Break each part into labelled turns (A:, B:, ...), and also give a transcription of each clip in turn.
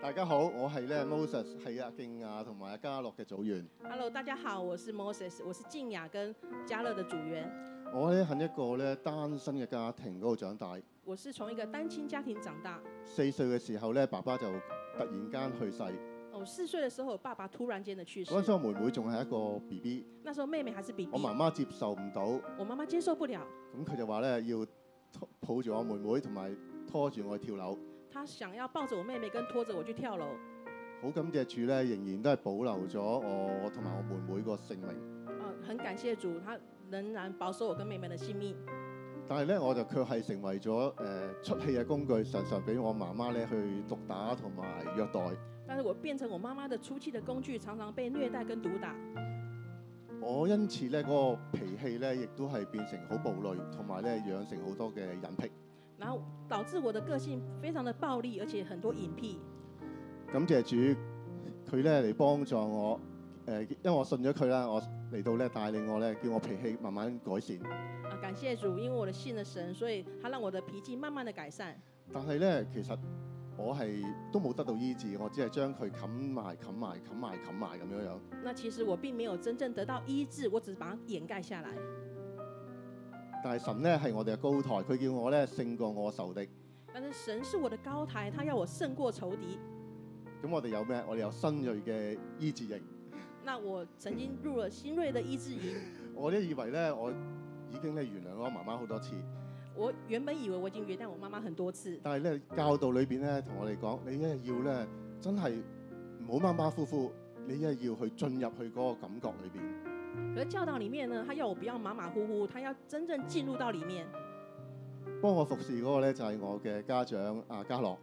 A: 大家好，我係咧 Moses，係啊敬亞同埋嘉樂嘅組員。
B: Hello，大家好，我是 Moses，我是静雅跟家乐的组员。
A: 我咧喺一個咧單身嘅家庭嗰度長大。
B: 我是从一个单亲家庭长大。
A: 四歲嘅時候咧，爸爸就突然間去世。
B: 哦，四岁的时候，我爸爸突然间的去世
A: 嗰。陣時我妹妹仲係一個 B B，
B: 那时候妹妹还是 BB，
A: 我媽媽接受唔到，
B: 我媽媽接受不了，
A: 咁佢就話咧要拖抱住我妹妹同埋拖住我跳樓。
B: 她想要抱着我妹妹跟拖着我去跳楼。
A: 好感謝主咧，仍然都係保留咗我同埋我妹妹個性命，
B: 啊，很感谢主，他仍然保守我跟妹妹的性命。
A: 但係咧我就卻係成為咗誒、呃出氣嘅工具，常常俾我媽媽咧去毒打同埋虐待。
B: 但是我变成我妈妈的出气的工具，常常被虐待跟毒打。
A: 我因此咧嗰、個脾氣咧，亦都係變成好暴戾，同埋咧養成好多嘅隱癖。
B: 然后导致我的个性非常的暴力，而且很多隐蔽。
A: 感謝主，佢咧嚟幫助我。誒、因為我信咗佢啦，我嚟到咧帶領我咧，叫我脾氣慢慢改善。
B: 啊，感谢主，因为我的信了神，所以他让我的脾气慢慢的改善。
A: 但係咧，其實我係都冇得到醫治，我只係將佢冚埋、冚埋、冚埋、冚埋咁樣樣。
B: 那其实我并没有真正得到医治，我只是把它掩盖下来。
A: 但係神咧係我哋嘅高台，佢叫我咧勝過我仇敵。
B: 但是神是我的高台，他要我胜过仇敌。
A: 咁我哋有咩？我哋有新鋭嘅醫治營。
B: 那我曾经入了新锐的医治营，
A: 我咧以為咧，我已經咧原諒我媽媽好多次。
B: 我原本以为我已经原谅我妈妈很多次，
A: 但係咧教導裏邊咧同我哋講，你一係要咧真係唔好馬馬虎虎，你一係要去進入去嗰個感覺裏邊。
B: 可是教导里面呢，他要我不要马马虎虎，他要真正进入到里面。
A: 幫我服侍嗰個咧就係我嘅家長阿嘉樂，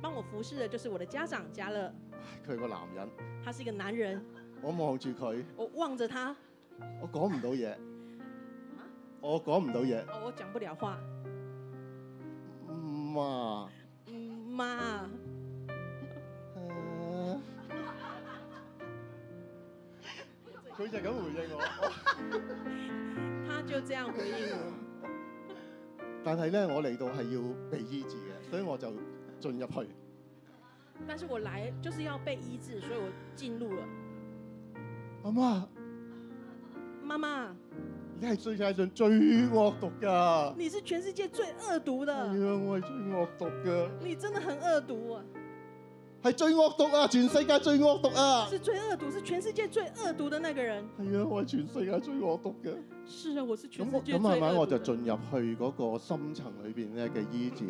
B: 帮我服侍的就是我的家长家乐，
A: 佢係個男人，
B: 他是一个男人，
A: 我望住佢，
B: 我望着他，
A: 我講唔到嘢，我講唔到嘢，
B: 哦，我讲不了话，
A: 嗯啊
B: 嗯妈，
A: 啊佢就咁回應我。
B: 他就这样回应我。
A: 但係咧，我嚟到係要被醫治嘅，所以我就進入去。
B: 但是我来就是要被医治，所以我进入了。
A: 阿媽，
B: 妈妈，
A: 你係世界上最惡毒㗎。
B: 你是全世界最恶毒
A: 係
B: 的，
A: 啊，我係最惡毒㗎，
B: 你真的很恶毒、啊，
A: 係最惡毒啊！全世界最惡毒啊！
B: 是最恶毒，是全世界最恶毒的那个人。
A: 係啊，我係全世界最惡毒嘅。
B: 是啊，我是全
A: 咁
B: 世
A: 我
B: 界最
A: 咁
B: 恶毒
A: 慢
B: 的。
A: 慢我就進入去嗰個深層裏邊咧嘅醫治，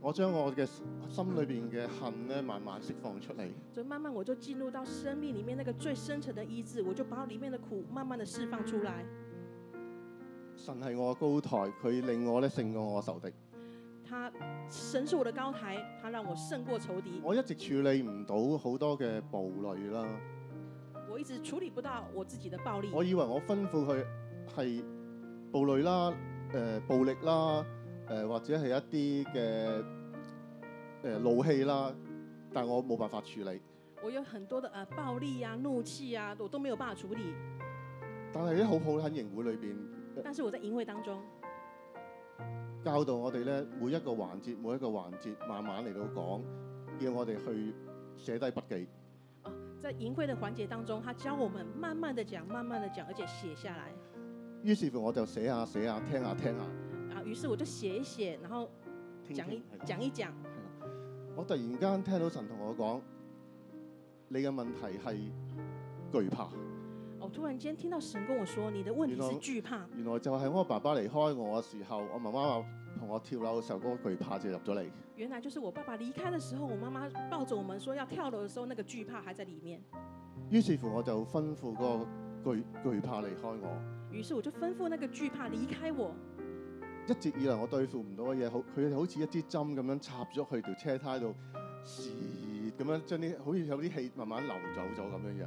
A: 我將我嘅心裏邊嘅恨咧慢慢釋放出嚟。
B: 所以慢慢我就进入到生命里面那个最深层的医治，我就把里面的苦慢慢的释放出来。
A: 神係我嘅高台，佢令我咧勝過我仇敵。
B: 他神是我的高台，他讓我勝過仇敵。
A: 我一直處理唔到好多嘅暴戾啦，
B: 我一直處理不到我自己的暴力，
A: 我以為我吩咐佢係暴戾啦、誒、暴力啦、誒、或者係一啲嘅誒怒氣啦，但我冇辦法處理。
B: 我有很多的呃暴力啊、怒氣啊，我都沒有辦法處理。
A: 但係咧，好好喺營會裏邊
B: 但是我在淫會當中，
A: 教導我哋咧，每一個環節，每一個環節，慢慢嚟到講，叫我哋去寫低筆記。
B: 哦在淫會的環節當中，他教我們慢慢的講、慢慢的講，而且寫下來
A: 於是乎我就寫下寫下，聽下聽下。
B: 啊。於是我就寫一寫，然後
A: 聽
B: 講
A: 聽
B: 一
A: 係
B: 講一講。
A: 我突然間聽到神同我講：你嘅問題係懼怕。
B: 我哦突然間聽到神跟我說：“你的問題
A: 你
B: 是
A: 懂
B: 懼怕。
A: 原來就係我爸爸離開我嘅時候，我媽媽話同我跳樓嘅時候，嗰、個懼怕就入咗嚟。”
B: 原來就是我爸爸離開的時候，我媽媽抱着我們說要跳樓的時候，那個懼怕還在裡面。
A: 於是乎我就吩咐嗰個懼懼怕離開我。
B: 於是我就吩咐那個懼怕離開我。
A: 一直以嚟我對付唔到嘅嘢，好佢哋好似一支針咁樣插咗去條車胎度，時咁樣將啲好似有啲氣慢慢流走咗咁樣樣。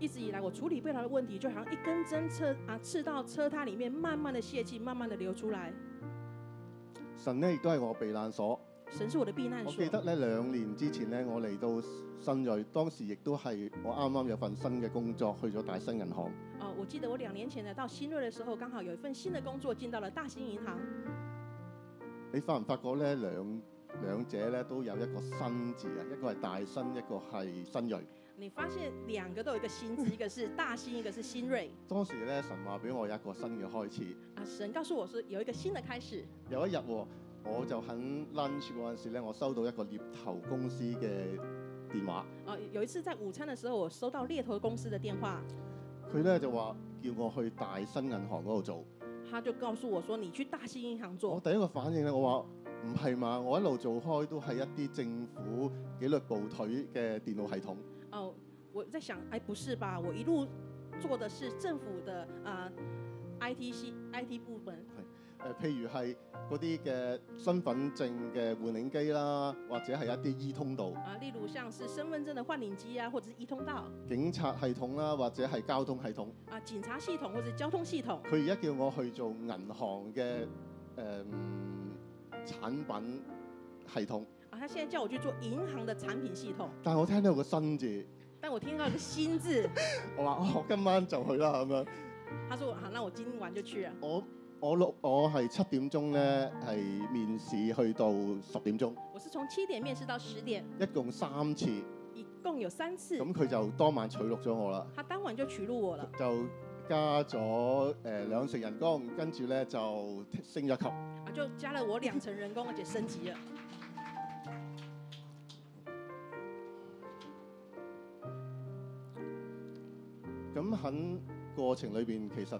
B: 一直以来我处理不了的问题，就好像一根针刺啊刺到车胎里面，慢慢的泄气，慢慢的流出来。
A: 神呢亦都係我避難所。
B: 神是我的避難
A: 我
B: 所
A: 記。得咧兩年之前咧，我嚟到新锐，當時亦都係我啱啱有份新嘅工作，去咗大新銀行。
B: 哦，我记得我两年前来到新锐的时候，刚好有一份新的工作进到了大兴银行。
A: 你發唔發覺咧兩兩者咧都有一個新字嘅，一個係大新，一個係新鋭。
B: 你发现两个都有一个心机，一个是大心，一个是新锐
A: 當時咧神話俾我有一個新嘅開始。
B: 啊。神告诉我是有一个新的开始。
A: 有一日喎，我就喺 lunch 嗰陣時咧，我收到一個獵頭公司嘅電話，
B: 啊，有一次在午餐的时候，我收到猎头公司的电话，
A: 佢咧就話叫我去大新銀行嗰度做。
B: 他就告诉我说你去大新银行
A: 我
B: 做。
A: 第一個反應咧，我話唔係嘛，我一路做開都係一啲政府紀律部隊嘅電腦系統。
B: 哦，我在想，哎，不是吧？我一路做的是政府的啊、IT 系 IT 部门
A: 誒、呃譬如係嗰啲嘅身份證嘅換領機啦，或者係一啲 e 通道、
B: 啊、例如像是身份证的换领机啊，或者是一通道
A: 警察系統啦，或者係交通系統。
B: 啊、警察系统或者交通系统。
A: 佢而家叫我去做銀行嘅誒、嗯產品系統，
B: 啊，他现在叫我去做银行的产品系统，
A: 但係我聽到有個新字，
B: 但我听到一个新字，
A: 我話哦，今晚就去啦咁樣。
B: 他说好，那我今晚就去了。
A: 我我六我係七點鐘咧，係面試去到十點鐘，
B: 我是从七點面试到十點，
A: 一共三次。
B: 一共有三次。
A: 咁佢就當晚取錄咗我啦，
B: 他当晚就取錄我了，
A: 就加咗誒兩成人工，跟住咧就升咗級。
B: 啊，就加了我两成人工，而且升级了。
A: 咁喺過程裏邊其實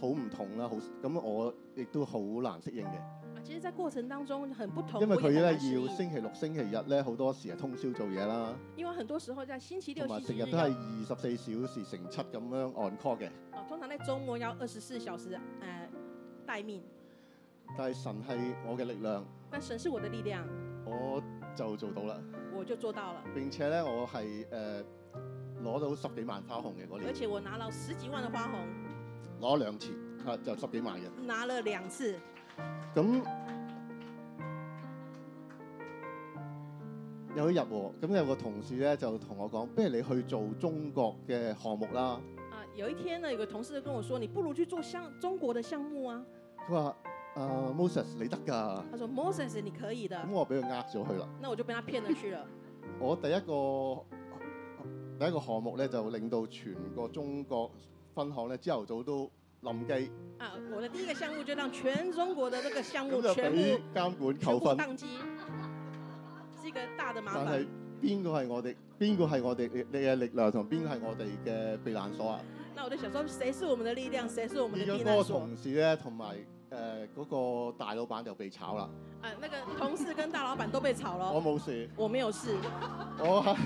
A: 好唔同啦，好咁我亦都好難適應嘅。
B: 啊，其實，在過程當中很不同，
A: 因為佢咧
B: 我
A: 要
B: 也很難適應
A: 星期六、星期日咧好多時係通宵做嘢啦，
B: 因为很多時候在星期六、
A: 同埋
B: 星
A: 成日
B: 期日
A: 啊都係二十四小時乘七咁樣 on call 嘅。
B: 啊，通常在周末要二十四小時呃待命。
A: 但係神係我嘅力量，
B: 但神是我的力量，
A: 我就做到啦。
B: 我就做到了，
A: 並且咧我係誒攞到十幾萬花紅嘅嗰
B: 而
A: 年，
B: 且我拿了十幾萬的花紅，
A: 攞兩次嚇就十幾萬嘅。
B: 拿了兩次。
A: 咁有一日喎，咁有個同事咧就同我講，不如你去做中國嘅項目啦。
B: 啊，有一天呢，有個同事就跟我說，你不如去做项中國的項目啊。
A: 佢話：啊 Moses 你得㗎。
B: 他說 Moses 你可以的
A: 咁，我俾佢呃咗佢啦。
B: 那我就被他騙了去了。
A: 我第一個第一個項目咧，就令到全個中國分行咧，朝頭早都冧機，
B: 啊，我的第一個項目就讓全中國的那個項目
A: 咁就
B: 全
A: 俾
B: 部
A: 監管
B: 全
A: 扣
B: 部啊
A: 分。
B: 宕機， 是一個大的麻
A: 但係
B: 煩。
A: 邊個係我哋？邊個係我哋你嘅力量，同邊個係我哋嘅避難所啊？
B: 那我就想說，誰是我們的力量，誰是我們
A: 而
B: 的避
A: 嗰個
B: 難所？
A: 同事咧，同埋誒嗰個大老闆就被炒啦。
B: 啊，那個同事跟大老闆都被炒
A: 我
B: 了，
A: 冇事，
B: 我沒有事。
A: 我喺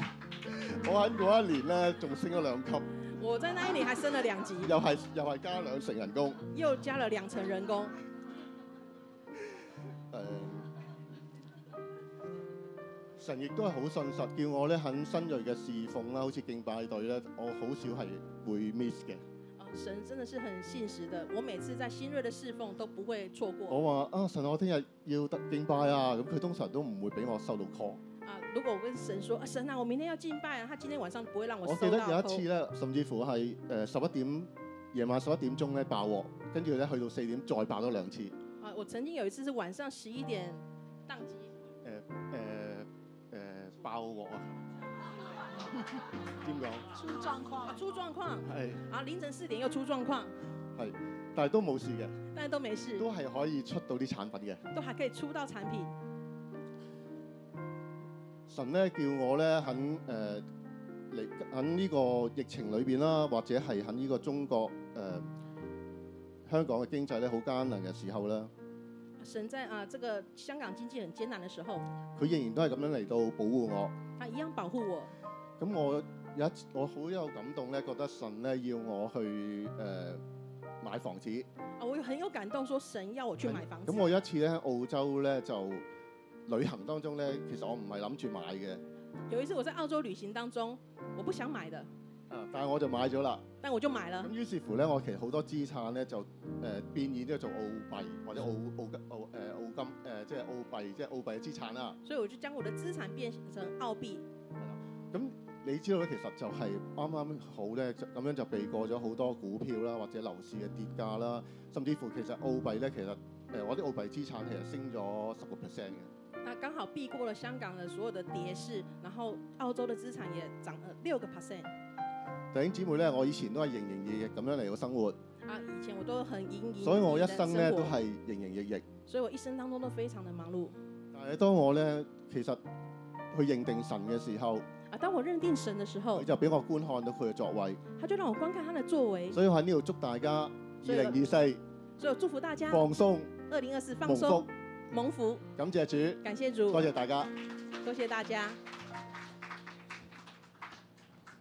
A: 我喺嗰一年咧，仲升咗兩級，
B: 我在那一年還升了兩級，
A: 又係又係加兩成人工。
B: 又加了兩成人工。
A: 誒、神亦都係好信實，叫我咧很新鋭嘅侍奉啦，好似敬拜隊咧，我好少係會 miss 嘅。
B: 啊，神真的是很信實的，我每次在新锐的侍奉都不會錯過。
A: 我話啊，神啊，我聽日要得敬拜啊，咁佢通常都唔會俾我收到 call。
B: 啊，如果我跟神說，啊神啊，我明天要敬拜啊，他今天晚上不會讓
A: 我
B: 我
A: 記
B: 收
A: 得
B: 到。
A: 哦有一次咧，甚至乎係誒十一點夜晚十一點鐘咧爆鑊，跟住咧去到四點再爆多兩次。誒、
B: 啊，我曾經有一次是晚上十一點宕機，
A: 誒、呃爆鑊 啊！點講？
C: 出状况
B: 啊，出狀況，
A: 係
B: 啊凌晨四點又出狀況，
A: 但係都冇事嘅，
B: 但是都沒事，
A: 都係可以出到啲產品嘅。
B: 都還可以出到產品。
A: 神咧叫我咧喺誒嚟喺呢個疫情裏邊啦，或者係喺呢個中國誒、呃香港嘅經濟咧好艱難嘅時候咧，
B: 神在啊這個香港經濟很艱難的時候，
A: 佢仍然都係咁樣嚟到保護我。
B: 他一樣保護我。
A: 咁我有一次我好有感動咧，覺得神咧要我去誒、呃、買房子。
B: 啊，我很有感動，說神要我去買房子
A: 咁。我有一次咧喺澳洲咧就旅行當中咧，其實我唔係諗住買嘅，
B: 有一次我在澳洲旅行當中，我不想買的，
A: 啊但係我就買咗啦。
B: 但我就買了
A: 咁。於是乎咧，我其實好多資產咧就誒、呃、變現咗做澳幣或者澳澳金澳誒、呃澳金誒、呃即係澳幣即係澳幣嘅資產啦。
B: 所以我就將我的資產變成澳幣。
A: 咁你知道咧，其實就係啱啱好咧，就咁樣就避過咗好多股票啦，或者樓市嘅跌價啦，甚至乎其實澳幣咧，其實誒、呃我啲澳幣資產其實升咗十個 percent 嘅。
B: 那刚好避过了香港的所有的跌势，然后澳洲的资产也涨了六个 percent
A: 弟兄姊妹咧，我以前都係營營役役咁樣嚟到生活，
B: 啊！以前我都很盈盈，
A: 所以我一生咧
B: 活
A: 都係營營役役。
B: 所以我一生當中都非常的忙碌
A: 但係當我咧其實去認定神嘅時候，
B: 啊。当我認定神的時候
A: 佢，就俾我觀看到佢嘅作為。
B: 他就讓我觀看他的作為，
A: 所以我喺呢度祝大家二
B: 所以
A: 零二四
B: 所以我祝福大家
A: 放鬆、
B: 二零二四放
A: 蒙
B: 鬆
A: 福，
B: 蒙福，
A: 感謝主，
B: 感謝主
A: 多，謝大家。
B: 多謝大家。